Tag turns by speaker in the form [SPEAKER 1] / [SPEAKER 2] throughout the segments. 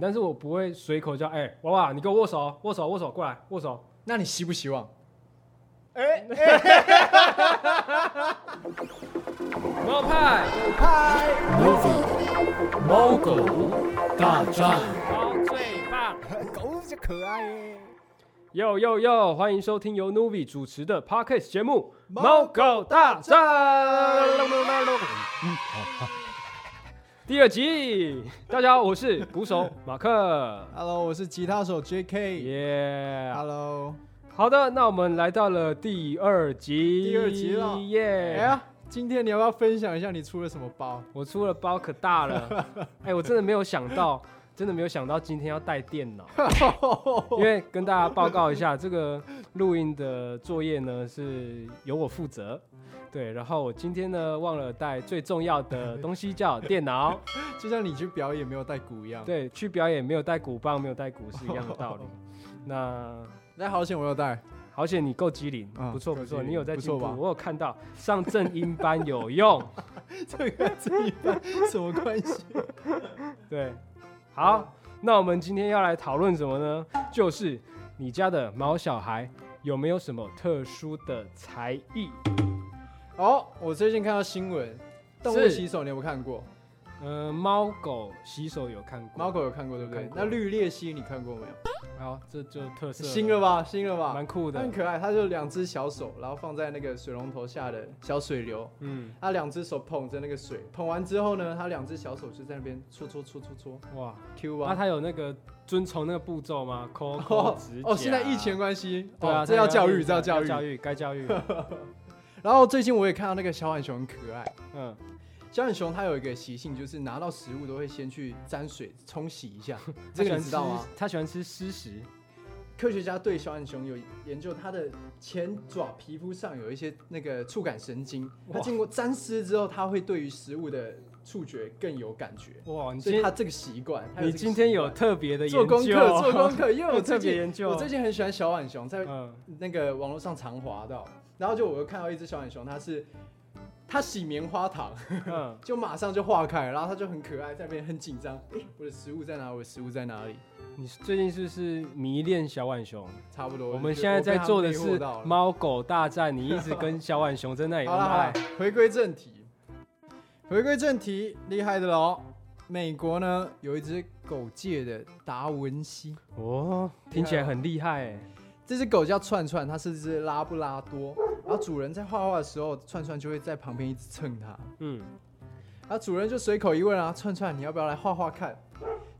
[SPEAKER 1] 但是我不会随口叫，哎、娃娃，你给我握手，握手，握手，过来，握手。
[SPEAKER 2] 那你希不希望？
[SPEAKER 1] 哎、猫派，
[SPEAKER 2] 猫狗大战，
[SPEAKER 1] 猫最棒。
[SPEAKER 3] 狗比较可爱耶。
[SPEAKER 1] 哟哟哟！欢迎收听由 Novi 主持的 Podcast 节目《猫狗大战》第二集。大家好，我是鼓手马克，
[SPEAKER 2] Hello，我是吉他手 JK。
[SPEAKER 1] 耶、
[SPEAKER 2] Hello，
[SPEAKER 1] 好的，那我们来到了第二集，
[SPEAKER 2] 第二集了哎
[SPEAKER 1] 耶、
[SPEAKER 2] 呀，今天你要不要分享一下你出了什么包？
[SPEAKER 1] 我出了包可大了，哎、我真的没有想到，真的没有想到今天要带电 脑，因为跟大家报告一下，这个录音的作业呢是由我负责，对，然后我今天呢忘了带最重要的东西叫电脑，
[SPEAKER 2] 就像你去表演没有带鼓一样。，
[SPEAKER 1] 对，去表演没有带鼓棒，没有带鼓是一样的道理。那
[SPEAKER 2] 但好险我有带。
[SPEAKER 1] 好险你够机灵，
[SPEAKER 2] 嗯
[SPEAKER 1] 不错
[SPEAKER 2] 够
[SPEAKER 1] 不
[SPEAKER 2] 机
[SPEAKER 1] 错，
[SPEAKER 2] 灵
[SPEAKER 1] 你有在
[SPEAKER 2] 不
[SPEAKER 1] 进
[SPEAKER 2] 错
[SPEAKER 1] 步，
[SPEAKER 2] 吧
[SPEAKER 1] 我有看到上正音班有用。
[SPEAKER 2] 这个这一半什么关系？
[SPEAKER 1] 对，好，那我们今天要来讨论什么呢？就是你家的毛小孩有没有什么特殊的才艺？
[SPEAKER 2] 哦，我最近看到新闻，动物
[SPEAKER 1] 是
[SPEAKER 2] 洗手你有没有看过？
[SPEAKER 1] 呃，猫狗洗手有看过，
[SPEAKER 2] 猫，狗有看过对不
[SPEAKER 1] 有
[SPEAKER 2] 对
[SPEAKER 1] 看？过
[SPEAKER 2] 那绿鬣蜥你看过没有？
[SPEAKER 1] 然后这就特色，
[SPEAKER 2] 新了，嗯吧，新了吧，
[SPEAKER 1] 蛮酷
[SPEAKER 2] 它很
[SPEAKER 1] 的，
[SPEAKER 2] 可爱，它就两只小手，然后放在那个水龙头下的小水流，
[SPEAKER 1] 嗯，
[SPEAKER 2] 它两只手捧着那个水，捧完之后呢，它两只小手就在那边搓搓搓搓搓
[SPEAKER 1] 哇，
[SPEAKER 2] ，Q
[SPEAKER 1] 那
[SPEAKER 2] 啊。
[SPEAKER 1] 它有那个遵从那个步骤 吗？抠抠指甲，
[SPEAKER 2] 哦，现在疫情的。关系，
[SPEAKER 1] 对啊，
[SPEAKER 2] 哦这要教
[SPEAKER 1] 对
[SPEAKER 2] 育，这要教育。
[SPEAKER 1] 教育，该 教育。
[SPEAKER 2] 然后最近我也看到那个小浣熊很可爱，
[SPEAKER 1] 嗯，，
[SPEAKER 2] 小浣熊它有一个习性，就是拿到食物都会先去沾水冲洗一下 这个
[SPEAKER 1] 它
[SPEAKER 2] 你
[SPEAKER 1] 喜
[SPEAKER 2] 知道
[SPEAKER 1] 欢
[SPEAKER 2] 吗
[SPEAKER 1] 吃？，它喜欢吃湿食。
[SPEAKER 2] 科学家对小浣熊有研究，它的前爪皮肤上有一些那个触感神经，
[SPEAKER 1] 哇
[SPEAKER 2] 它经过沾湿之后，它会对于食物的触觉更有感觉，
[SPEAKER 1] 哇，你
[SPEAKER 2] 所
[SPEAKER 1] 今
[SPEAKER 2] 以它
[SPEAKER 1] 天
[SPEAKER 2] 这个习惯。它
[SPEAKER 1] 你
[SPEAKER 2] 这个
[SPEAKER 1] 今天有
[SPEAKER 2] 习惯
[SPEAKER 1] 特别的研
[SPEAKER 2] 做
[SPEAKER 1] 究，
[SPEAKER 2] 功课，做功课，因 为
[SPEAKER 1] 有
[SPEAKER 2] 我
[SPEAKER 1] 特
[SPEAKER 2] 最
[SPEAKER 1] 别
[SPEAKER 2] 近
[SPEAKER 1] 研究。
[SPEAKER 2] 我最近很喜欢小浣熊，在
[SPEAKER 1] 嗯，
[SPEAKER 2] 那个网络上常滑到，然后就我又看到一只小浣熊，它是它洗棉花糖，
[SPEAKER 1] 嗯，
[SPEAKER 2] 就马上就化开，然后它就很可爱，在那边很紧张，诶，我的食物在哪？我的食物在哪里？
[SPEAKER 1] 你最近是不是迷恋小浣熊？
[SPEAKER 2] 差不多。
[SPEAKER 1] 我
[SPEAKER 2] 就
[SPEAKER 1] 们
[SPEAKER 2] 觉
[SPEAKER 1] 现
[SPEAKER 2] 得
[SPEAKER 1] 在在
[SPEAKER 2] 我被它
[SPEAKER 1] 做的
[SPEAKER 2] 魅惑
[SPEAKER 1] 是
[SPEAKER 2] 到了
[SPEAKER 1] 猫狗大战，你一直 跟小浣熊在那里
[SPEAKER 2] 好了
[SPEAKER 1] 恩
[SPEAKER 2] 好了
[SPEAKER 1] 爱。，
[SPEAKER 2] 回归正题，回归正题，厉害的喽！美国呢有一只狗界的达文西，
[SPEAKER 1] 哦，听起来很厉害哎。
[SPEAKER 2] 这只狗叫串串，它是只拉布拉多。然后主人在画画的时候，串串就会在旁边一直蹭它。
[SPEAKER 1] 嗯，
[SPEAKER 2] 然后主人就随口一问啊，串串你要不要来画画看？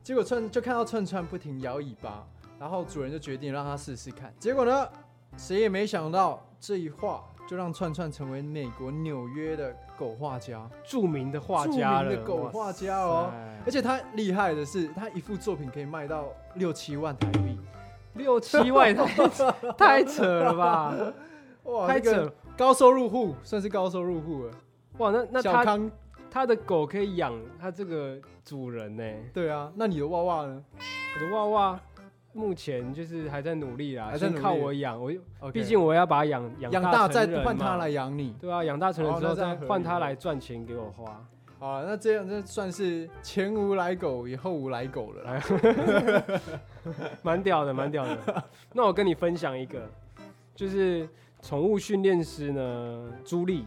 [SPEAKER 2] 结果串就看到串串不停摇尾巴，然后主人就决定让它试试看。结果呢，谁也没想到这一画就让串串成为美国纽约的狗画家。
[SPEAKER 1] 著名的画家
[SPEAKER 2] 著
[SPEAKER 1] 了，
[SPEAKER 2] 名的狗画家
[SPEAKER 1] 哇
[SPEAKER 2] 哦
[SPEAKER 1] 塞
[SPEAKER 2] 而且他厉害的是，他一幅作品可以卖到六七万台币，
[SPEAKER 1] 六七万 太太扯了吧，
[SPEAKER 2] 哇
[SPEAKER 1] 太
[SPEAKER 2] 那
[SPEAKER 1] 扯
[SPEAKER 2] 个
[SPEAKER 1] 了。
[SPEAKER 2] 高收入户，算是高收入户了。
[SPEAKER 1] 哇，那那
[SPEAKER 2] 小
[SPEAKER 1] 他
[SPEAKER 2] 康，
[SPEAKER 1] 他的狗可以养他这个主人呢？
[SPEAKER 2] 对啊，那你的娃娃呢？
[SPEAKER 1] 我的娃娃目前就是还在努力啦，
[SPEAKER 2] 还在努
[SPEAKER 1] 先
[SPEAKER 2] 力
[SPEAKER 1] 靠我养，我
[SPEAKER 2] OK
[SPEAKER 1] 毕竟我要把它养
[SPEAKER 2] 养
[SPEAKER 1] 大
[SPEAKER 2] 大
[SPEAKER 1] 成
[SPEAKER 2] 再
[SPEAKER 1] 人
[SPEAKER 2] 换他
[SPEAKER 1] 嘛
[SPEAKER 2] 来养你。
[SPEAKER 1] 对啊，养大成人
[SPEAKER 2] 哦
[SPEAKER 1] 之后
[SPEAKER 2] 那这样
[SPEAKER 1] 再
[SPEAKER 2] 合理
[SPEAKER 1] 换它
[SPEAKER 2] 了
[SPEAKER 1] 来赚钱给我花。
[SPEAKER 2] 好啊了，那这样这算是前无来狗也后无来狗了啦。
[SPEAKER 1] 蛮屌的，蛮屌 的。那我跟你分享一个，就是宠物训练师呢，朱莉，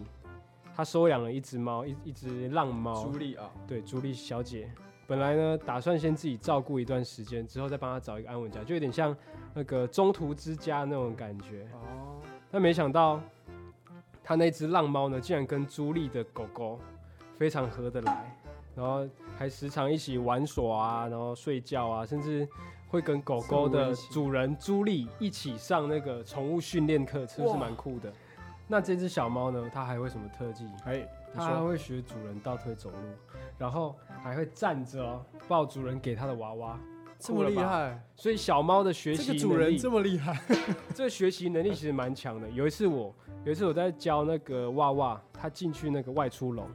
[SPEAKER 1] 她收养了一只猫，一一只浪猫
[SPEAKER 2] 朱。莉啊，
[SPEAKER 1] 对，朱莉小姐，本来呢打算先自己照顾一段时间，之后再帮她找一个安稳家，就有点像那个中途之家那种感觉。
[SPEAKER 2] 哦，
[SPEAKER 1] 但没想到，她那只浪猫呢，竟然跟朱莉的狗狗非常合得来，然后还时常一起玩耍啊，然后睡觉啊，甚至会跟狗狗
[SPEAKER 2] 生活
[SPEAKER 1] 的
[SPEAKER 2] 一起
[SPEAKER 1] 主人朱莉一起上那个宠物训练课，是不是
[SPEAKER 2] 哇
[SPEAKER 1] 蛮酷的？那这只小猫呢，它还会什么特技？
[SPEAKER 2] 哎，你
[SPEAKER 1] 它还
[SPEAKER 2] 说
[SPEAKER 1] 会学主人倒退走路，然后还会站着哦，抱主人给它的娃娃。
[SPEAKER 2] 这么厉害，
[SPEAKER 1] 所以小猫的学
[SPEAKER 2] 这
[SPEAKER 1] 习
[SPEAKER 2] 个主
[SPEAKER 1] 能
[SPEAKER 2] 人
[SPEAKER 1] 力
[SPEAKER 2] 这么厉害，
[SPEAKER 1] 这个学习能力其实蛮强的。有一次我有一次我在教那个娃娃，他进去那个外出笼，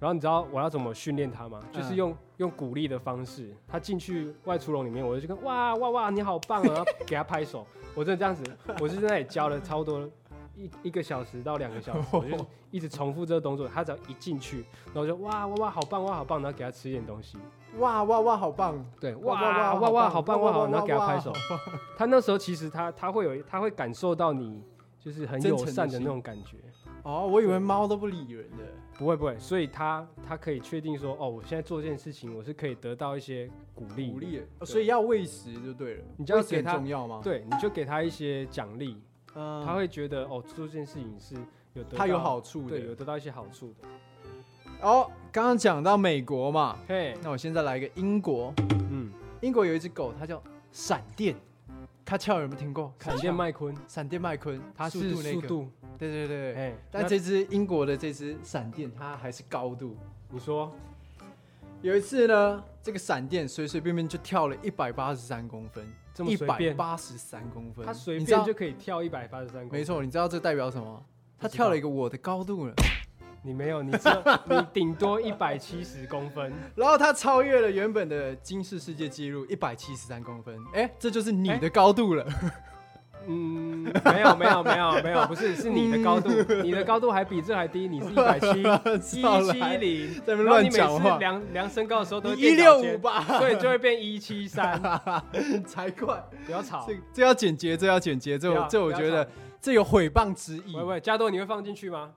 [SPEAKER 1] 然后你知道我要怎么训练它吗？就是
[SPEAKER 2] 嗯
[SPEAKER 1] 用、用鼓励的方式，他进去外出笼里面，我就跟哇哇哇你好棒啊，然后给他拍手。我真的这样子，我就在那里教了差不多一一个小时到两个小时，我就一直重复这个动作。他只要一进去，然后就哇哇哇好棒哇好棒，然后给他吃一点东西，
[SPEAKER 2] 哇哇哇，好棒！
[SPEAKER 1] 对，哇
[SPEAKER 2] 哇哇
[SPEAKER 1] 哇
[SPEAKER 2] 哇
[SPEAKER 1] 哇
[SPEAKER 2] 好
[SPEAKER 1] 哇，
[SPEAKER 2] 棒
[SPEAKER 1] 好棒
[SPEAKER 2] 哇
[SPEAKER 1] 哇
[SPEAKER 2] 哇
[SPEAKER 1] 好，然后给他
[SPEAKER 2] 哇
[SPEAKER 1] 拍
[SPEAKER 2] 哇
[SPEAKER 1] 手。 他那时候其实他他会有他会感受到你就是很
[SPEAKER 2] 真
[SPEAKER 1] 友
[SPEAKER 2] 诚的
[SPEAKER 1] 善的
[SPEAKER 2] 心
[SPEAKER 1] 那种感觉，
[SPEAKER 2] 哦，我以为猫都不理人的，
[SPEAKER 1] 不会不会，所以他他可以确定说，哦，我现在做这件事情，我是可以得到一些鼓励。
[SPEAKER 2] 鼓励人，哦所以要喂食就对了。
[SPEAKER 1] 你就要
[SPEAKER 2] 喂食
[SPEAKER 1] 给它
[SPEAKER 2] 很重要吗？，
[SPEAKER 1] 对，你就给他一些奖励，
[SPEAKER 2] 嗯，
[SPEAKER 1] 他会觉得哦，做这件事情是有得到
[SPEAKER 2] 它有好处
[SPEAKER 1] 对，有
[SPEAKER 2] 的。
[SPEAKER 1] 得到一些好处的。
[SPEAKER 2] 哦，刚刚讲到美国嘛，
[SPEAKER 1] 嘿，
[SPEAKER 2] 那我现在来一个英国，
[SPEAKER 1] 嗯，
[SPEAKER 2] 英国有一只狗，它叫闪电，卡翘有没有听过？
[SPEAKER 1] 闪电麦昆，
[SPEAKER 2] 卡翘，闪电麦昆，
[SPEAKER 1] 它
[SPEAKER 2] 速
[SPEAKER 1] 是
[SPEAKER 2] 度那
[SPEAKER 1] 速
[SPEAKER 2] 个，
[SPEAKER 1] 度，
[SPEAKER 2] 对对对对。
[SPEAKER 1] 哎，
[SPEAKER 2] 但
[SPEAKER 1] 那
[SPEAKER 2] 这只英国的这只闪电，它还是高度。
[SPEAKER 1] 你说
[SPEAKER 2] 有一次呢，这个闪电随随便便就跳了一百八十三公分，
[SPEAKER 1] 这么
[SPEAKER 2] 一
[SPEAKER 1] 随
[SPEAKER 2] 百
[SPEAKER 1] 便，
[SPEAKER 2] 八十三公分，
[SPEAKER 1] 他随
[SPEAKER 2] 你知道
[SPEAKER 1] 便就可以跳一百八十三公
[SPEAKER 2] 没
[SPEAKER 1] 分。
[SPEAKER 2] 错，你知道这代表什么？他跳了一个我的高度了，
[SPEAKER 1] 你没有，你只有你顶多一百七十公 分。
[SPEAKER 2] 然后他超越了原本的金氏世界纪录一百七十三公分，哎，这就是你的高度了。
[SPEAKER 1] 嗯，没有没有没有没有，不是，是你的高度，
[SPEAKER 2] 嗯
[SPEAKER 1] 你的高度还比这还低，你是一百七 一
[SPEAKER 2] 少
[SPEAKER 1] 七
[SPEAKER 2] 来
[SPEAKER 1] 零，
[SPEAKER 2] 在那
[SPEAKER 1] 然
[SPEAKER 2] 边
[SPEAKER 1] 后
[SPEAKER 2] 乱
[SPEAKER 1] 你每
[SPEAKER 2] 讲
[SPEAKER 1] 次
[SPEAKER 2] 话，
[SPEAKER 1] 量量身高的时候都
[SPEAKER 2] 你
[SPEAKER 1] 会垫
[SPEAKER 2] 一六
[SPEAKER 1] 脚
[SPEAKER 2] 五
[SPEAKER 1] 尖，
[SPEAKER 2] 吧，
[SPEAKER 1] 所以就会变一七三。
[SPEAKER 2] 才怪！
[SPEAKER 1] 不要吵
[SPEAKER 2] 这，这要简洁，这要简洁，这
[SPEAKER 1] 不
[SPEAKER 2] 我
[SPEAKER 1] 要
[SPEAKER 2] 这我
[SPEAKER 1] 不要
[SPEAKER 2] 觉得
[SPEAKER 1] 吵
[SPEAKER 2] 这有毁谤之意
[SPEAKER 1] 喂。喂，加多你会放进去吗？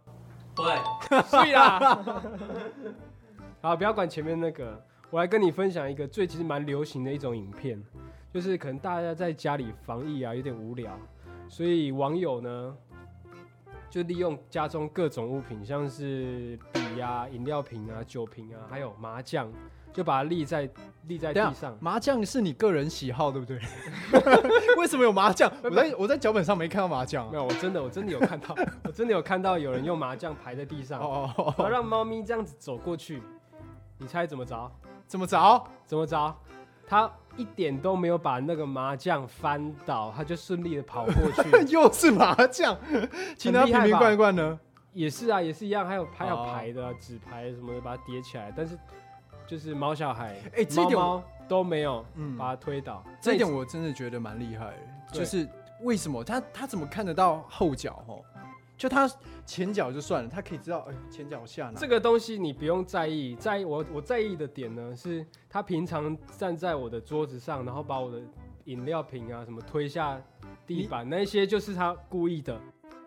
[SPEAKER 4] 会，
[SPEAKER 1] 睡啦。好，不要管前面那个，我来跟你分享一个最其实蛮流行的一种影片，就是可能大家在家里防疫啊有点无聊，所以网友呢就利用家中各种物品，像是笔啊、饮料瓶啊、酒瓶啊，还有麻将，就把它立在立在
[SPEAKER 2] 等
[SPEAKER 1] 地
[SPEAKER 2] 一
[SPEAKER 1] 上。
[SPEAKER 2] 麻将是你个人喜好，对 不对？为什么有麻将？我在我在脚本上没看到麻将
[SPEAKER 1] 没
[SPEAKER 2] 啊。
[SPEAKER 1] 有，我真的我真的有看到，我真的有看到有人用麻将排在地上，
[SPEAKER 2] 哦哦
[SPEAKER 1] 然后
[SPEAKER 2] 哦，
[SPEAKER 1] 让猫咪这样子走过去，你猜怎么着？
[SPEAKER 2] 怎么着？
[SPEAKER 1] 怎么着？他一点都没有把那个麻将翻倒，他就顺利的跑过 去。
[SPEAKER 2] 又是麻将，其他
[SPEAKER 1] 很厉
[SPEAKER 2] 瓶
[SPEAKER 1] 害吧
[SPEAKER 2] 瓶罐罐呢？
[SPEAKER 1] 也是啊，也是一样，还有还有
[SPEAKER 2] 哦
[SPEAKER 1] 牌的啊、纸牌什么的，把它叠起来。但是就是毛小孩，
[SPEAKER 2] 哎这一
[SPEAKER 1] 猫
[SPEAKER 2] 点
[SPEAKER 1] 猫都没有
[SPEAKER 2] 嗯
[SPEAKER 1] 把它推倒。
[SPEAKER 2] 这一点我真的觉得蛮厉害的，
[SPEAKER 1] 对
[SPEAKER 2] 就是为什么他他怎么看得到后脚哦？就他前脚就算了，他可以知道，哎、前脚下哪？
[SPEAKER 1] 这个东西你不用在意，在意我我在意的点呢，是他平常站在我的桌子上，然后把我的饮料瓶啊什么推下地板，那一些就是他故意的。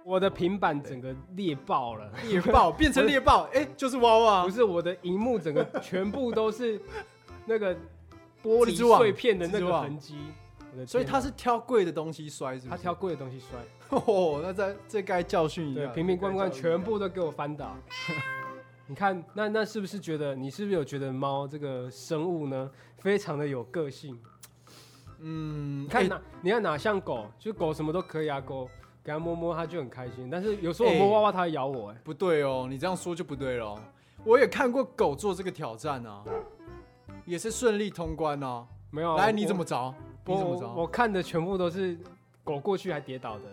[SPEAKER 1] 我的平板整个裂爆 了。
[SPEAKER 2] 猎豹变成猎豹，哎、就是娃娃
[SPEAKER 1] 不，是我的荧幕整个全部都是那个玻
[SPEAKER 2] 蜘蛛
[SPEAKER 1] 璃
[SPEAKER 2] 网
[SPEAKER 1] 碎片的那
[SPEAKER 2] 蜘蛛
[SPEAKER 1] 个
[SPEAKER 2] 网
[SPEAKER 1] 痕迹，我的
[SPEAKER 2] 所以
[SPEAKER 1] 天
[SPEAKER 2] 他是挑贵的东西摔，是不是？
[SPEAKER 1] 哪他挑贵的东西摔，
[SPEAKER 2] 哦，那这这该教训一
[SPEAKER 1] 对
[SPEAKER 2] 下，，
[SPEAKER 1] 嗯瓶瓶罐罐
[SPEAKER 2] 这该教训一下
[SPEAKER 1] 全部都给我翻倒。 你看，那那是不是觉得你是不是有觉得猫这个生物呢，非常的有个性？
[SPEAKER 2] 哎嗯，
[SPEAKER 1] 你看
[SPEAKER 2] 哎
[SPEAKER 1] 哪，你看哪像狗，就狗什么都可以啊，狗给它摸摸它就很开心，但是有时候我
[SPEAKER 2] 哎
[SPEAKER 1] 摸娃娃它会咬我、哎，
[SPEAKER 2] 不对哦，你这样说就不对了哦。我也看过狗做这个挑战啊，也是顺利通关哦。
[SPEAKER 1] 没有啊，
[SPEAKER 2] 来，
[SPEAKER 1] 我
[SPEAKER 2] 你怎么着？你
[SPEAKER 1] 我
[SPEAKER 2] 怎么
[SPEAKER 1] 我
[SPEAKER 2] 着？
[SPEAKER 1] 我看的全部都是狗过去还跌倒的。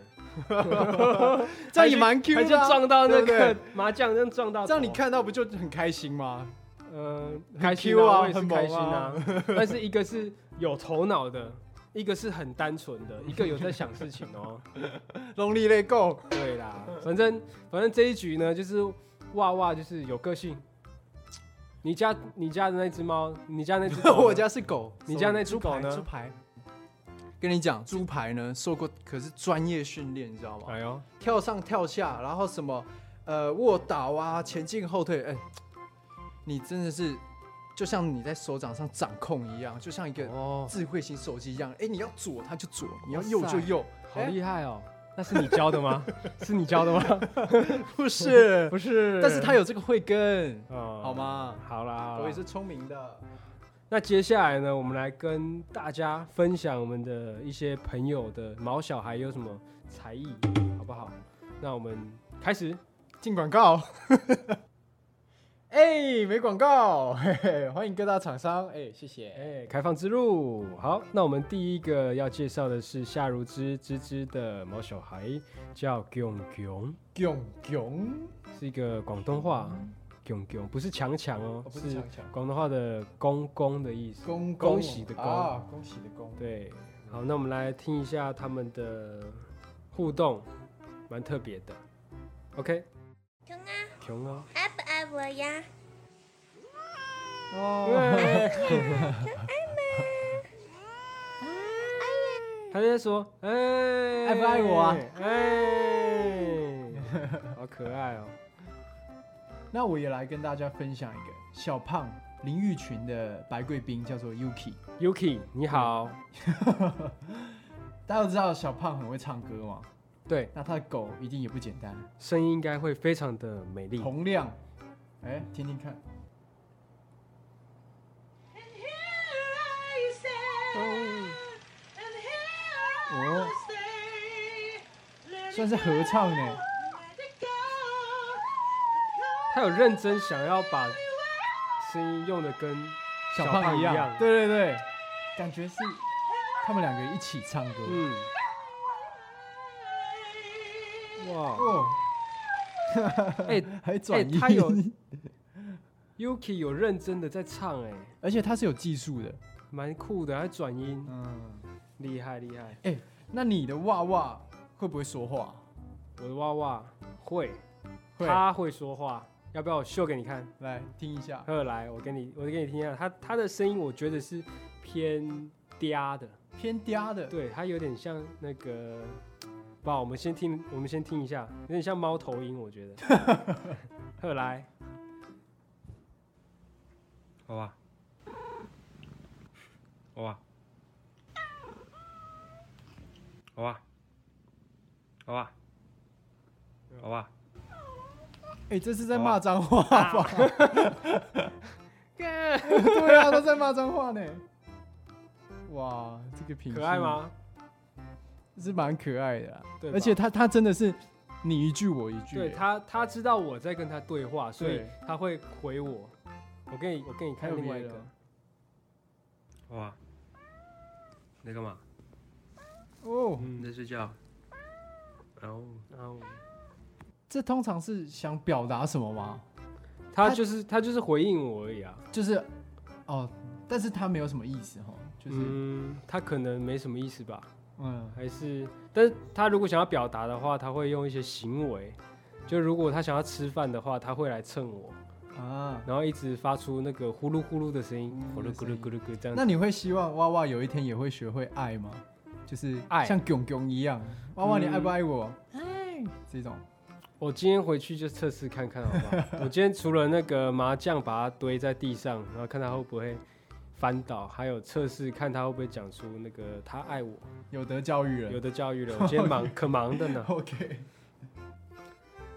[SPEAKER 2] 这样也蛮 Q
[SPEAKER 1] 还
[SPEAKER 2] 的
[SPEAKER 1] 就
[SPEAKER 2] 啊、
[SPEAKER 1] 撞到那
[SPEAKER 2] 对不
[SPEAKER 1] 个麻将，真撞到。
[SPEAKER 2] 这样你，看到不就很开 心吗？
[SPEAKER 1] 呃，开心
[SPEAKER 2] Q 啊
[SPEAKER 1] 啊，我也是
[SPEAKER 2] 很
[SPEAKER 1] 开心
[SPEAKER 2] 萌
[SPEAKER 1] 啊
[SPEAKER 2] 啊。
[SPEAKER 1] 但是一个是有头脑的，一个是很单纯 的，一个有在想事情哦。
[SPEAKER 2] 龙力类狗，
[SPEAKER 1] 对啦，反正反正这一局呢，就是哇哇，就是有个性。你家你家的那只猫，你家那 只狗呢，
[SPEAKER 2] 我家是狗，
[SPEAKER 1] 你家那只
[SPEAKER 2] 猪排
[SPEAKER 1] 狗呢
[SPEAKER 2] 猪排，跟你讲，猪排呢受过可是专业训练，你知道吗？
[SPEAKER 1] 哎呦，
[SPEAKER 2] 跳上跳下，然后什么呃卧倒啊，前进后退，哎、你真的是就像你在手掌上掌控一样，就像一个
[SPEAKER 1] 哦，
[SPEAKER 2] 智慧型手机一样，哎、你要左它就左，你要
[SPEAKER 1] 哇塞
[SPEAKER 2] 右就右，
[SPEAKER 1] 好厉害哦。那是你教的 吗？是你教的吗？
[SPEAKER 2] 不是，
[SPEAKER 1] 不是
[SPEAKER 2] 但是它有这个慧根，
[SPEAKER 1] 哦
[SPEAKER 2] 好？吗？
[SPEAKER 1] 好啦，好啦
[SPEAKER 2] 我也是聪明的，
[SPEAKER 1] 那接下来呢，我们来跟大家分享我们的一些朋友的毛小孩有什么才艺，好不好？那我们开始。
[SPEAKER 2] 进广告。 哎、没广告，嘿嘿，欢迎各大厂商，哎、
[SPEAKER 1] 哎、
[SPEAKER 2] 谢谢。
[SPEAKER 1] 开放之路。好，那我们第一个要介绍的是夏如芝芝芝的毛小孩，叫囧囧，
[SPEAKER 2] 囧囧，
[SPEAKER 1] 是一个广东话，囧囧不是强强哦
[SPEAKER 2] 哦，不是
[SPEAKER 1] 是
[SPEAKER 2] 强强，
[SPEAKER 1] 广东话的公公的意思。
[SPEAKER 2] 恭
[SPEAKER 1] 恭喜的恭
[SPEAKER 2] 啊，恭喜的恭。
[SPEAKER 1] 对，好，那我们来听一下他们的互动，蛮特别的。OK，
[SPEAKER 5] 熊啊，
[SPEAKER 1] 穷啊。
[SPEAKER 5] 爱不爱我呀？
[SPEAKER 2] 哦，
[SPEAKER 1] 他就在说，哎、
[SPEAKER 2] 爱不爱我啊？
[SPEAKER 1] 哎、好可爱哦、
[SPEAKER 2] 那我也来跟大家分享一个小胖林玉群的白贵宾，叫做 Yuki。
[SPEAKER 1] Yuki，你好，
[SPEAKER 2] 大家都知道小胖很会唱歌嘛，
[SPEAKER 1] 对，
[SPEAKER 2] 那他的狗一定也不简单，
[SPEAKER 1] 声音应该会非常的美丽。
[SPEAKER 2] 洪亮。哎、听听看，
[SPEAKER 4] And here I stand, and here I
[SPEAKER 2] 哦，
[SPEAKER 4] stay. Let
[SPEAKER 2] 算是合唱呢。
[SPEAKER 4] it go,
[SPEAKER 1] 他有认真想要把声音用的跟
[SPEAKER 2] 小
[SPEAKER 1] 胖
[SPEAKER 2] 胖一
[SPEAKER 1] 样，
[SPEAKER 2] 样，对对对，感觉是他们两个一起唱歌。
[SPEAKER 1] 嗯，哇
[SPEAKER 2] 哦，
[SPEAKER 1] 哎、
[SPEAKER 2] 还转音、
[SPEAKER 1] 他有 Yuki 有认真的在唱、哎，
[SPEAKER 2] 而且他是有技术的。
[SPEAKER 1] 蛮酷的，还转音，
[SPEAKER 2] 嗯，
[SPEAKER 1] 厉害厉害。
[SPEAKER 2] 那你的娃娃会不会说话？
[SPEAKER 1] 我的娃娃会，
[SPEAKER 2] 会，
[SPEAKER 1] 他会说话，要不要我秀给你看？
[SPEAKER 2] 来听一下。
[SPEAKER 1] 二来，我给你，我给你听一下，他他的声音我觉得是偏嗲的，
[SPEAKER 2] 偏嗲的，
[SPEAKER 1] 对，他有点像那个，不好，我们先听，我们先听一下，有点像猫头鹰，我觉得。 二来，
[SPEAKER 5] 好吧，好吧，好吧，好吧，好吧，
[SPEAKER 2] 哎、这是在骂脏话
[SPEAKER 1] 啊
[SPEAKER 2] 吧？对啊，都在骂脏话呢。 哇，这个品
[SPEAKER 1] 可爱
[SPEAKER 2] 性
[SPEAKER 1] 吗？
[SPEAKER 2] 是蛮可爱的、啊，
[SPEAKER 1] 对吧
[SPEAKER 2] 而且他他真的是你一句我一句、
[SPEAKER 1] 对
[SPEAKER 2] 欸
[SPEAKER 1] 他，他知道我在跟他对话，所以
[SPEAKER 2] 对
[SPEAKER 1] 他会回我。我给你，我给你
[SPEAKER 2] 还
[SPEAKER 1] 看
[SPEAKER 2] 有
[SPEAKER 1] 另外
[SPEAKER 2] 别
[SPEAKER 1] 一
[SPEAKER 2] 的
[SPEAKER 1] 个，
[SPEAKER 5] 好吧。你在干嘛？
[SPEAKER 2] 哦，
[SPEAKER 5] 你
[SPEAKER 1] 嗯，
[SPEAKER 5] 在睡觉。然后
[SPEAKER 1] 然后
[SPEAKER 2] 这通常是想表达什么吗？
[SPEAKER 1] 他
[SPEAKER 2] 他
[SPEAKER 1] 就是他就是回应我而已啊，
[SPEAKER 2] 就是哦，但是他没有什么意思哈，就是嗯
[SPEAKER 1] 嗯，他可能没什么意思吧。还是，但是他如果想要表达的话，他会用一些行为。就如果他想要吃饭的话，他会来蹭我，
[SPEAKER 2] 啊，
[SPEAKER 1] 然后一直发出那个呼噜呼噜的声音，
[SPEAKER 2] 呼
[SPEAKER 1] 咕噜
[SPEAKER 2] 噜的
[SPEAKER 1] 咕
[SPEAKER 2] 声音
[SPEAKER 1] 噜咕噜咕噜这样
[SPEAKER 2] 那
[SPEAKER 1] 子。
[SPEAKER 2] 你会希望娃娃有一天也会学会爱吗？就是
[SPEAKER 1] 爱
[SPEAKER 2] 像囧囧一样，娃娃你爱不爱我？爱、
[SPEAKER 1] 嗯
[SPEAKER 2] 这种
[SPEAKER 1] 我今天回去就测试看看，好不好？我今天除了那个麻将把它堆在地上，然后看它会不会翻倒，还有测试看它会不会讲出那个“他爱我
[SPEAKER 2] 有德教育”。
[SPEAKER 1] 有
[SPEAKER 2] 人。
[SPEAKER 1] 的教育了，我今天 忙可忙的呢。
[SPEAKER 2] OK，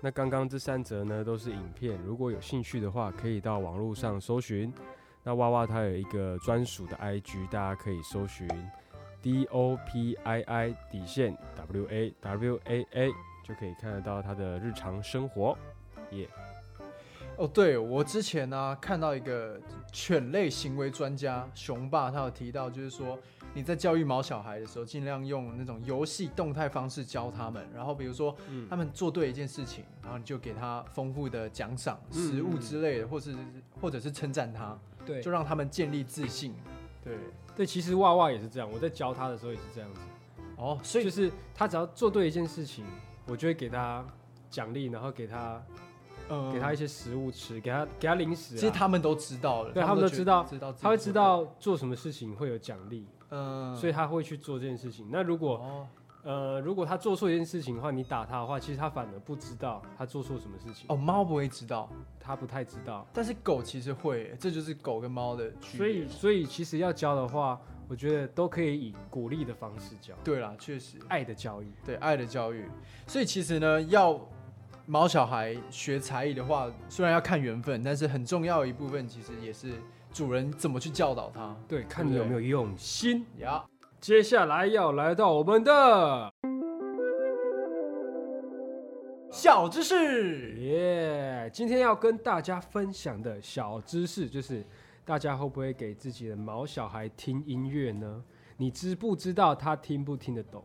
[SPEAKER 1] 那刚刚这三则呢都是影片，如果有兴趣的话，可以到网络上搜寻。那娃娃它有一个专属的 IG，大家可以搜寻 D O P I I 底线 W A W A A，就可以看得到它的日常生活。
[SPEAKER 2] 哦，对我之前呢、看到一个犬类行为专家熊爸，他有提到，就是说你在教育毛小孩的时候，尽量用那种游戏动态方式教他们。然后比如说
[SPEAKER 1] 嗯
[SPEAKER 2] 他们做对一件事情，然后你就给他丰富的奖赏、
[SPEAKER 1] 嗯
[SPEAKER 2] 食物之类的，或是或者是称赞他，
[SPEAKER 1] 对
[SPEAKER 2] 就让他们建立自信。对，
[SPEAKER 1] 对，其实娃娃也是这样，我在教他的时候也是这样子，
[SPEAKER 2] 哦，所
[SPEAKER 1] 所以
[SPEAKER 2] 以
[SPEAKER 1] 就是他只要做对一件事情，我就会给他奖励，然后给他
[SPEAKER 2] 呃
[SPEAKER 1] 给他一些食物吃，给他给他零食、
[SPEAKER 2] 其实他们都知道了，
[SPEAKER 1] 对
[SPEAKER 2] 们
[SPEAKER 1] 他们都知道
[SPEAKER 2] 觉得知道，
[SPEAKER 1] 他会知，道做什么事情会有奖励，
[SPEAKER 2] 嗯，
[SPEAKER 1] 所以他会去做这件事情。那如果
[SPEAKER 2] 哦
[SPEAKER 1] 呃，如果他做错一件事情的话，你打他的话，其实他反而不知道他做错什么事情，
[SPEAKER 2] 哦，猫不会知道，
[SPEAKER 1] 他不太知道。
[SPEAKER 2] 但是狗其实会，这就是狗跟猫的区别。
[SPEAKER 1] 所以，所以其实要教的话，我觉得都可以以鼓励的方式教，
[SPEAKER 2] 对啦，确实，
[SPEAKER 1] 爱的教育。
[SPEAKER 2] 对爱的教育。所以其实呢，要毛小孩学才艺的话，虽然要看缘分，但是很重要的一部分其实也是主人怎么去教导他。
[SPEAKER 1] 对，看你有没有用心。
[SPEAKER 2] 呀、
[SPEAKER 1] 接下来要来到我们的
[SPEAKER 2] 小知识，
[SPEAKER 1] 耶今天要跟大家分享的小知识就是，大家会不会给自己的毛小孩听音乐呢？你知不知道他听不听得懂？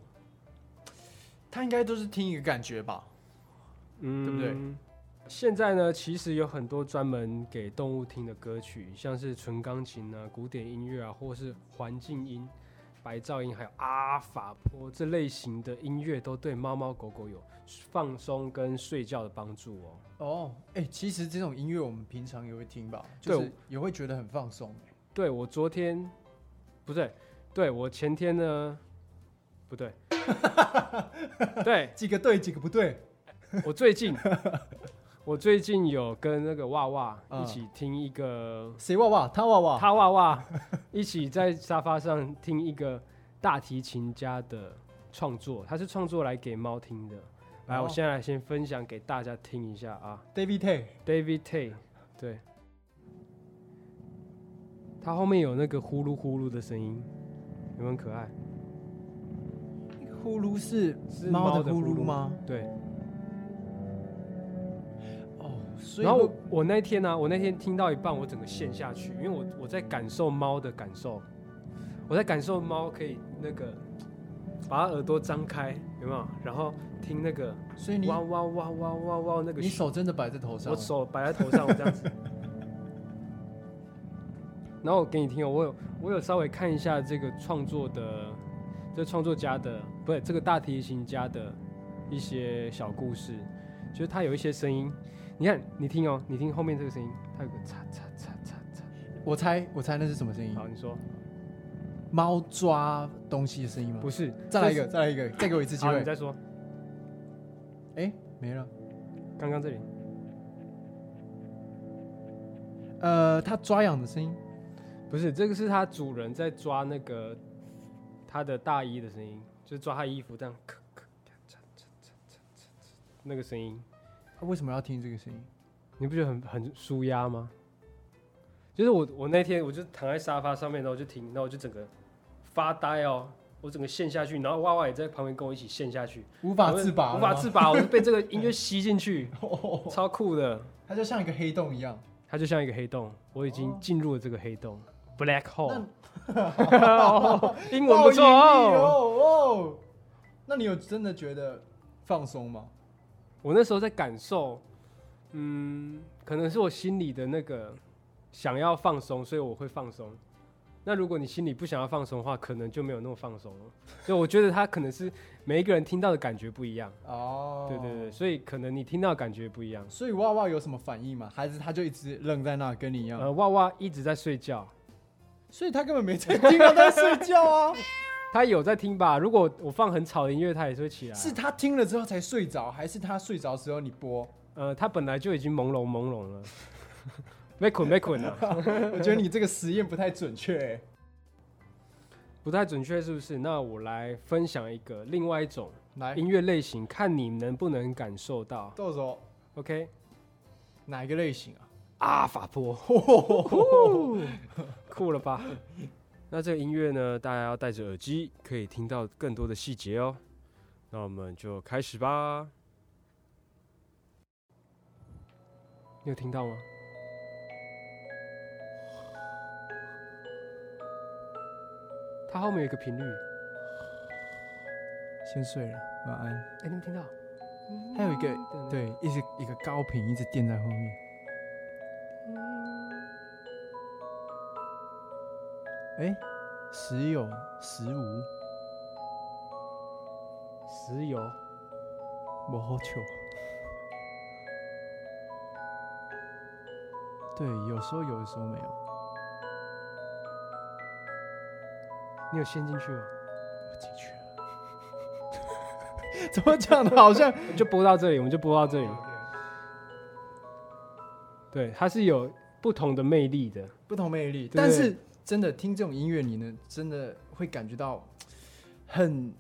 [SPEAKER 2] 他应该都是听一个感觉吧？
[SPEAKER 1] 嗯
[SPEAKER 2] 对不对？
[SPEAKER 1] 现在呢，其实有很多专门给动物听的歌曲，像是纯钢琴啊、古典音乐啊，或是环境音，白噪音，还有阿法波这类型的音乐，都对猫猫狗狗有放松跟睡觉的帮助哦。
[SPEAKER 2] 哦，哎、其实这种音乐我们平常也会听吧，就是
[SPEAKER 1] 对
[SPEAKER 2] 也会觉得很放松、
[SPEAKER 1] 对我昨天，不对，对我前天呢，不 对，对
[SPEAKER 2] 几个对，几个不对。
[SPEAKER 1] 我最近，我最近有跟那个娃娃
[SPEAKER 2] 嗯
[SPEAKER 1] 一起听一个，
[SPEAKER 2] 谁哇哇？他哇哇？
[SPEAKER 1] 他娃娃一起在沙发上听一个大提琴家的创作，他是创作来给猫听的。来，
[SPEAKER 2] 哦
[SPEAKER 1] 我现在来先分享给大家听一下啊
[SPEAKER 2] David Tay。
[SPEAKER 1] ，David Tay，对，他后面有那个呼噜呼噜的声音，有没有很可爱？
[SPEAKER 2] 呼噜是
[SPEAKER 1] 是
[SPEAKER 2] 猫
[SPEAKER 1] 猫
[SPEAKER 2] 的
[SPEAKER 1] 的
[SPEAKER 2] 呼
[SPEAKER 1] 呼
[SPEAKER 2] 噜
[SPEAKER 1] 噜
[SPEAKER 2] 吗？
[SPEAKER 1] 对，
[SPEAKER 2] 哦，所以
[SPEAKER 1] 然后我
[SPEAKER 2] 会
[SPEAKER 1] 我那天呢、我那天听到一半，我整个陷下去，因为我我在感受猫的感受，我在感受猫可以那个把它耳朵张开，有没有？然后听那个
[SPEAKER 2] 所以你
[SPEAKER 1] 哇哇哇哇哇哇那个
[SPEAKER 2] 你
[SPEAKER 1] 旋，
[SPEAKER 2] 手真的摆在头上哦
[SPEAKER 1] 我
[SPEAKER 2] 吗，
[SPEAKER 1] 手摆在头上，我这样子。 然后我给你听哦，我有我有稍微看一下这个创作的，这创作家的不是这个大提琴家的一些小故事，就是他有一些声音，你看你听哦，你听后面这个声音，它有个嚓嚓嚓嚓嚓，
[SPEAKER 2] 我猜我猜那是什么声音？
[SPEAKER 1] 好，你说
[SPEAKER 2] 猫抓东西的声音吗
[SPEAKER 1] 不？是？
[SPEAKER 2] 再来一
[SPEAKER 1] 这
[SPEAKER 2] 个，再来一个，再给我一次
[SPEAKER 1] 是，
[SPEAKER 2] 机
[SPEAKER 1] 好，
[SPEAKER 2] 会
[SPEAKER 1] 你。再说，
[SPEAKER 2] 哎，没了。
[SPEAKER 1] 刚刚这里
[SPEAKER 2] 呃，它抓痒的声音。
[SPEAKER 1] 不是这个是他主人在抓那个他的大衣的声音，就是抓他衣服这样，咔咔嚓嚓嚓嚓嚓嚓嚓那个声音。
[SPEAKER 2] 啊为什么要听这个声音？
[SPEAKER 1] 你不觉得很很舒压吗？就是我我那天我就躺在沙发上面，然后我就停，然后我就整个发呆哦，我整个陷下去，然后娃娃也在旁边跟我一起陷下去，
[SPEAKER 2] 无
[SPEAKER 1] 无
[SPEAKER 2] 法自拔，
[SPEAKER 1] 无法自。拔，我就被这个音乐吸进去，
[SPEAKER 2] 哦，
[SPEAKER 1] 超酷的，
[SPEAKER 2] 它就像一个黑洞一样。
[SPEAKER 1] 它就像一个黑洞，我已经进入了这个黑洞、b l a c k hole，哦英文不错
[SPEAKER 2] 哦
[SPEAKER 1] 哦。
[SPEAKER 2] 哦。那你有真的觉得放松吗？
[SPEAKER 1] 我那时候在感受，嗯，可能是我心里的那个想要放松，所以我会放松。那如果你心里不想要放松的话，可能就没有那么放松了。所以我觉得它可能是每一个人听到的感觉不一样，
[SPEAKER 2] 哦，
[SPEAKER 1] 对对对，。所以可能你听到的感觉不一样。
[SPEAKER 2] 所以娃娃有什么反应吗？还是他就一直愣在那，跟你一样？
[SPEAKER 1] 呃，娃娃一直在睡觉，
[SPEAKER 2] 所以他根本没在听啊，他在睡觉 啊。
[SPEAKER 1] 他有在听吧？如果我放很吵的音乐，他也是会起来。
[SPEAKER 2] 是，他听了之后才睡着，还是他睡着时候你播？
[SPEAKER 1] 呃，他本来就已经朦胧朦胧了，没捆没捆啊。
[SPEAKER 2] 我觉得你这个实验不太准确、欸。
[SPEAKER 1] 不太准确是不是？那我来分享一个另外一种。
[SPEAKER 2] 来，
[SPEAKER 1] 音乐类型，看你能不能感受到。
[SPEAKER 2] 到时候
[SPEAKER 1] OK，
[SPEAKER 2] 哪一个类型啊？
[SPEAKER 1] 阿法波，酷了吧？那这个音乐呢，大家要戴着耳机，可以听到更多的细节哦。那我们就开始吧。你有听到吗？它后面有一个频率，
[SPEAKER 2] 先睡了，晚安。
[SPEAKER 1] 哎、你们听到？
[SPEAKER 2] 还有一个
[SPEAKER 1] 的那个
[SPEAKER 2] 嗯对，一直一个高频一直垫在后面。嗯哎、时有时无，
[SPEAKER 1] 石油，
[SPEAKER 2] 我好久。对，有时候有，有时候没有。
[SPEAKER 1] 你有陷进去吗？
[SPEAKER 2] 我进去了。 怎么讲的？好像
[SPEAKER 1] 就播到这里，我们就播到这里。对，它是有不同的魅力的。
[SPEAKER 2] 不同魅力，
[SPEAKER 1] 对
[SPEAKER 2] 但是真的听这种音乐，你能真的会感觉到很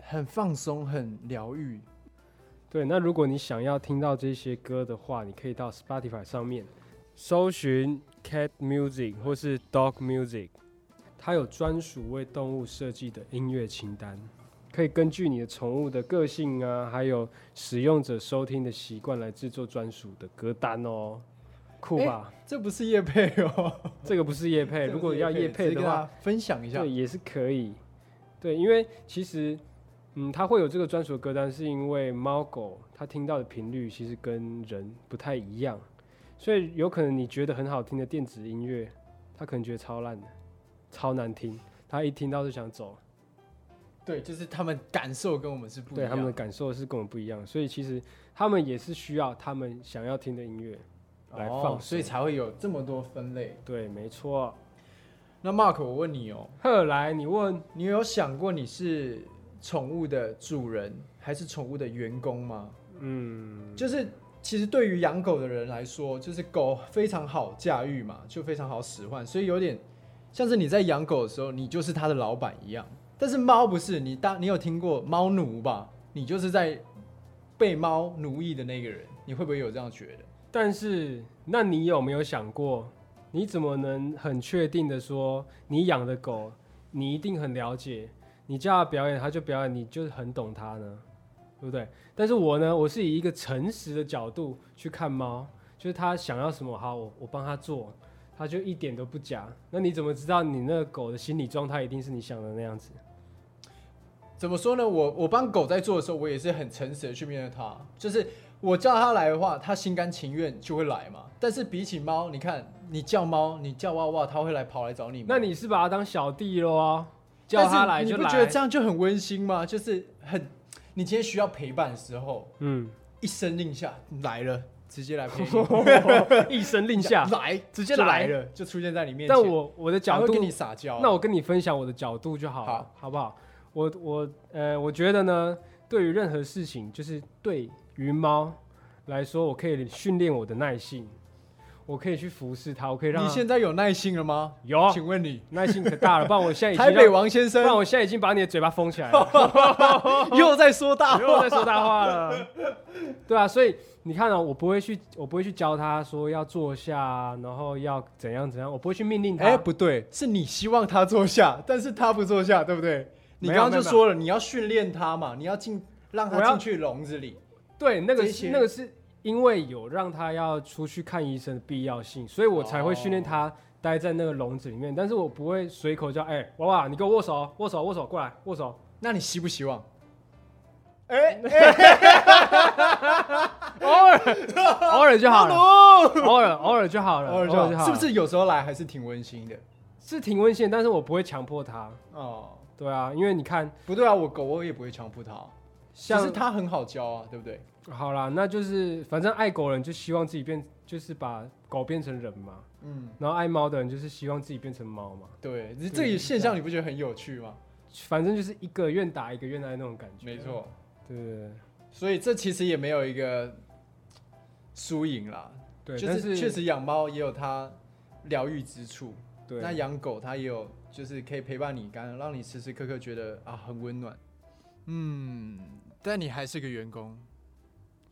[SPEAKER 2] 很放松、很疗愈。
[SPEAKER 1] 对，那如果你想要听到这些歌的话，你可以到 Spotify 上面搜寻 Cat Music 或是 Dog Music，它有专属为动物设计的音乐清单，可以根据你的宠物的个性啊，还有使用者收听的习惯来制作专属的歌单哦。酷吧？
[SPEAKER 2] 这不是叶配 哦，
[SPEAKER 1] 这个不是叶配，如果要叶配的话，，
[SPEAKER 2] 分享一下
[SPEAKER 1] 对，。也是可以。对，因为其实，嗯，它会有这个专属的歌单，是因为猫狗它听到的频率其实跟人不太一样，所以有可能你觉得很好听的电子音乐，它可能觉得超烂的，超难听。他一听到就想走，
[SPEAKER 2] 对，就是他们感受跟我们是不一
[SPEAKER 1] 对
[SPEAKER 2] 样。
[SPEAKER 1] 他们的感受是跟我们不一样，所以其实他们也是需要他们想要听的音乐来放松、
[SPEAKER 2] 哦，所以才会有这么多分类。
[SPEAKER 1] 对，没错。
[SPEAKER 2] 那 Mark，我问你哦，
[SPEAKER 1] 后来你问
[SPEAKER 2] 你有想过你是宠物的主人还是宠物的员工吗？嗯，就是其实对于养狗的人来说，就是狗非常好驾驭嘛，就非常好使唤，所以有点像是你在养狗的时候，你就是它的老板一样。但是猫不是，你当你有听过猫奴吧？你就是在被猫奴役的那个人，你会不会有这样觉得？
[SPEAKER 1] 但是，那你有没有想过，你怎么能很确定的说，你养的狗，你一定很了解，你叫它表演，它就表演，你就是很懂它呢？对不对？但是我呢，我是以一个诚实的角度去看猫，就是它想要什么，好，我我帮它做，它就一点都不假。那你怎么知道你那个狗的心理状态一定是你想的那样子？
[SPEAKER 2] 怎么说呢？我我帮狗在做的时候，我也是很诚实的去面对它，就是我叫它来的话，它心甘情愿就会来嘛。但是比起猫，你看你叫猫，你叫哇哇，它会来跑来找你吗。
[SPEAKER 1] 那你是把它当小弟喽啊？
[SPEAKER 2] 但
[SPEAKER 1] 叫
[SPEAKER 2] 是
[SPEAKER 1] 它来就
[SPEAKER 2] 你
[SPEAKER 1] 来，
[SPEAKER 2] 不觉得这样就很温馨吗？就是很，你今天需要陪伴的时候，
[SPEAKER 1] 嗯，
[SPEAKER 2] 一声令下来了，直接来陪你，。
[SPEAKER 1] 一声令下
[SPEAKER 2] 来，
[SPEAKER 1] 直接
[SPEAKER 2] 就来
[SPEAKER 1] 来
[SPEAKER 2] 了，就出现在你面前。
[SPEAKER 1] 但我我的
[SPEAKER 2] 还
[SPEAKER 1] 角
[SPEAKER 2] 会
[SPEAKER 1] 度
[SPEAKER 2] 跟你撒娇，
[SPEAKER 1] 那我跟你分享我的角度就好了，
[SPEAKER 2] 好
[SPEAKER 1] 好不好？我我呃，我觉得呢，对于任何事情，就是对于猫来说，我可以训练我的耐性，我可以去服侍它，我可以让
[SPEAKER 2] 你
[SPEAKER 1] 它
[SPEAKER 2] 现在有耐心了吗？
[SPEAKER 1] 有
[SPEAKER 2] 请问你，
[SPEAKER 1] 耐性可大了，不然我现在已
[SPEAKER 2] 台
[SPEAKER 1] 经
[SPEAKER 2] 北
[SPEAKER 1] 让，
[SPEAKER 2] 王先
[SPEAKER 1] 不然
[SPEAKER 2] 生
[SPEAKER 1] 我现在已经把你的嘴巴封起来了，
[SPEAKER 2] 又在说大
[SPEAKER 1] 不用
[SPEAKER 2] 话
[SPEAKER 1] 再，说大话了。对啊，所以你看啊，我不会去，我不会去教它说要坐下啊，然后要怎样怎样，我不会去命令它。
[SPEAKER 2] 哎、不对，是你希望他坐下， 但是他不坐下，对不对？你
[SPEAKER 1] 没
[SPEAKER 2] 刚
[SPEAKER 1] 有
[SPEAKER 2] 刚就
[SPEAKER 1] 没有
[SPEAKER 2] 说了，你要训练他嘛，你要进让
[SPEAKER 1] 我
[SPEAKER 2] 他
[SPEAKER 1] 要
[SPEAKER 2] 进去笼子里。
[SPEAKER 1] 对，那个
[SPEAKER 2] 这些
[SPEAKER 1] 是那个是因为有让他要出去看医生的必要性，所以我才会训练他待在那个笼子里面。但是我不会随口叫，哎、娃娃，你给我握手，握手，握手，过来，握手。
[SPEAKER 2] 那你希不 希望？
[SPEAKER 1] 哎
[SPEAKER 2] 哎
[SPEAKER 1] 偶尔，偶尔就好 了，
[SPEAKER 2] 哦，
[SPEAKER 1] 偶尔，偶尔就好了，偶尔就好了，
[SPEAKER 2] 是不是有时候来还是挺温馨的？
[SPEAKER 1] 是挺温馨的？但是我不会强迫他。
[SPEAKER 2] 哦，
[SPEAKER 1] 对啊，因为你看，
[SPEAKER 2] 不对啊，我狗我也不会强迫它，哦只是
[SPEAKER 1] 像嗯
[SPEAKER 2] 它很好教啊，对不对？
[SPEAKER 1] 好啦，那就是反正爱狗人就希望自己变，就是把狗变成人嘛，
[SPEAKER 2] 嗯，
[SPEAKER 1] 然后爱猫的人就是希望自己变成猫嘛，
[SPEAKER 2] 对，你这个现象你不觉得很有趣吗？
[SPEAKER 1] 反正就是一个愿打一个愿挨那种感觉。
[SPEAKER 2] 没错，
[SPEAKER 1] 对，对对。
[SPEAKER 2] 所以这其实也没有一个输赢啦，
[SPEAKER 1] 对，
[SPEAKER 2] 就
[SPEAKER 1] 但
[SPEAKER 2] 是
[SPEAKER 1] 是
[SPEAKER 2] 确实养猫也有它疗愈之处，
[SPEAKER 1] 对，
[SPEAKER 2] 那养狗它也有就是可以陪伴你，刚让你时时刻刻觉得啊很温暖。嗯，但你还是个员工，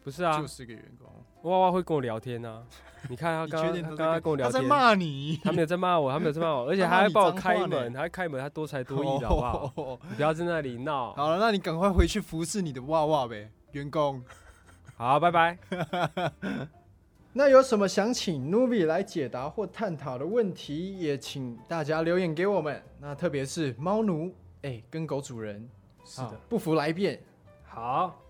[SPEAKER 1] 不是啊，
[SPEAKER 2] 是个员工，
[SPEAKER 1] 娃娃会跟我聊天啊。 你看他
[SPEAKER 2] 你
[SPEAKER 1] 刚
[SPEAKER 2] 确
[SPEAKER 1] 刚
[SPEAKER 2] 定
[SPEAKER 1] 他
[SPEAKER 2] 都
[SPEAKER 1] 刚
[SPEAKER 2] 在
[SPEAKER 1] 刚跟我聊
[SPEAKER 2] 他在
[SPEAKER 1] 天，
[SPEAKER 2] 骂你，
[SPEAKER 1] 他没有在骂我，他没有在骂 我，而且
[SPEAKER 2] 他
[SPEAKER 1] 他
[SPEAKER 2] 骂
[SPEAKER 1] 还
[SPEAKER 2] 你
[SPEAKER 1] 帮我
[SPEAKER 2] 脏
[SPEAKER 1] 开
[SPEAKER 2] 话呢
[SPEAKER 1] 门，他还开门，他多才多艺的好不好？
[SPEAKER 2] 好？
[SPEAKER 1] 你不要在那里闹。
[SPEAKER 2] 哦好了，那你赶快回去服侍你的娃娃呗，员工。
[SPEAKER 1] 好，拜拜。
[SPEAKER 2] 那有什么想请 Nubi 来解答或探讨的问题，也请大家留言给我们。那特别是猫奴，哎、跟狗主人
[SPEAKER 1] 是
[SPEAKER 2] 啊
[SPEAKER 1] 的，
[SPEAKER 2] 不服来辩。
[SPEAKER 1] 好。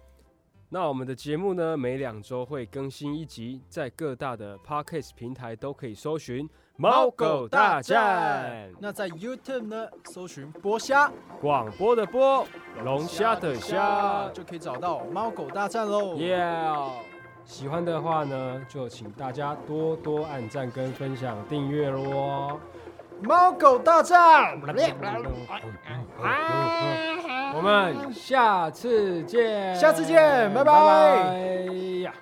[SPEAKER 1] 那我们的节目呢，每两周会更新一集，在各大的 podcast 平台都可以搜寻《猫狗大战》。
[SPEAKER 2] 那在 YouTube 呢，搜寻“剥虾
[SPEAKER 1] 广播的播，龙虾的虾。
[SPEAKER 2] 就可以找到“猫狗大战”喽。
[SPEAKER 1] Yeah！喜欢的话呢，就请大家多多按赞跟分享、订阅喽。
[SPEAKER 2] 猫狗大战，
[SPEAKER 1] 我们下次见，
[SPEAKER 2] 下次见拜拜
[SPEAKER 1] 拜拜呀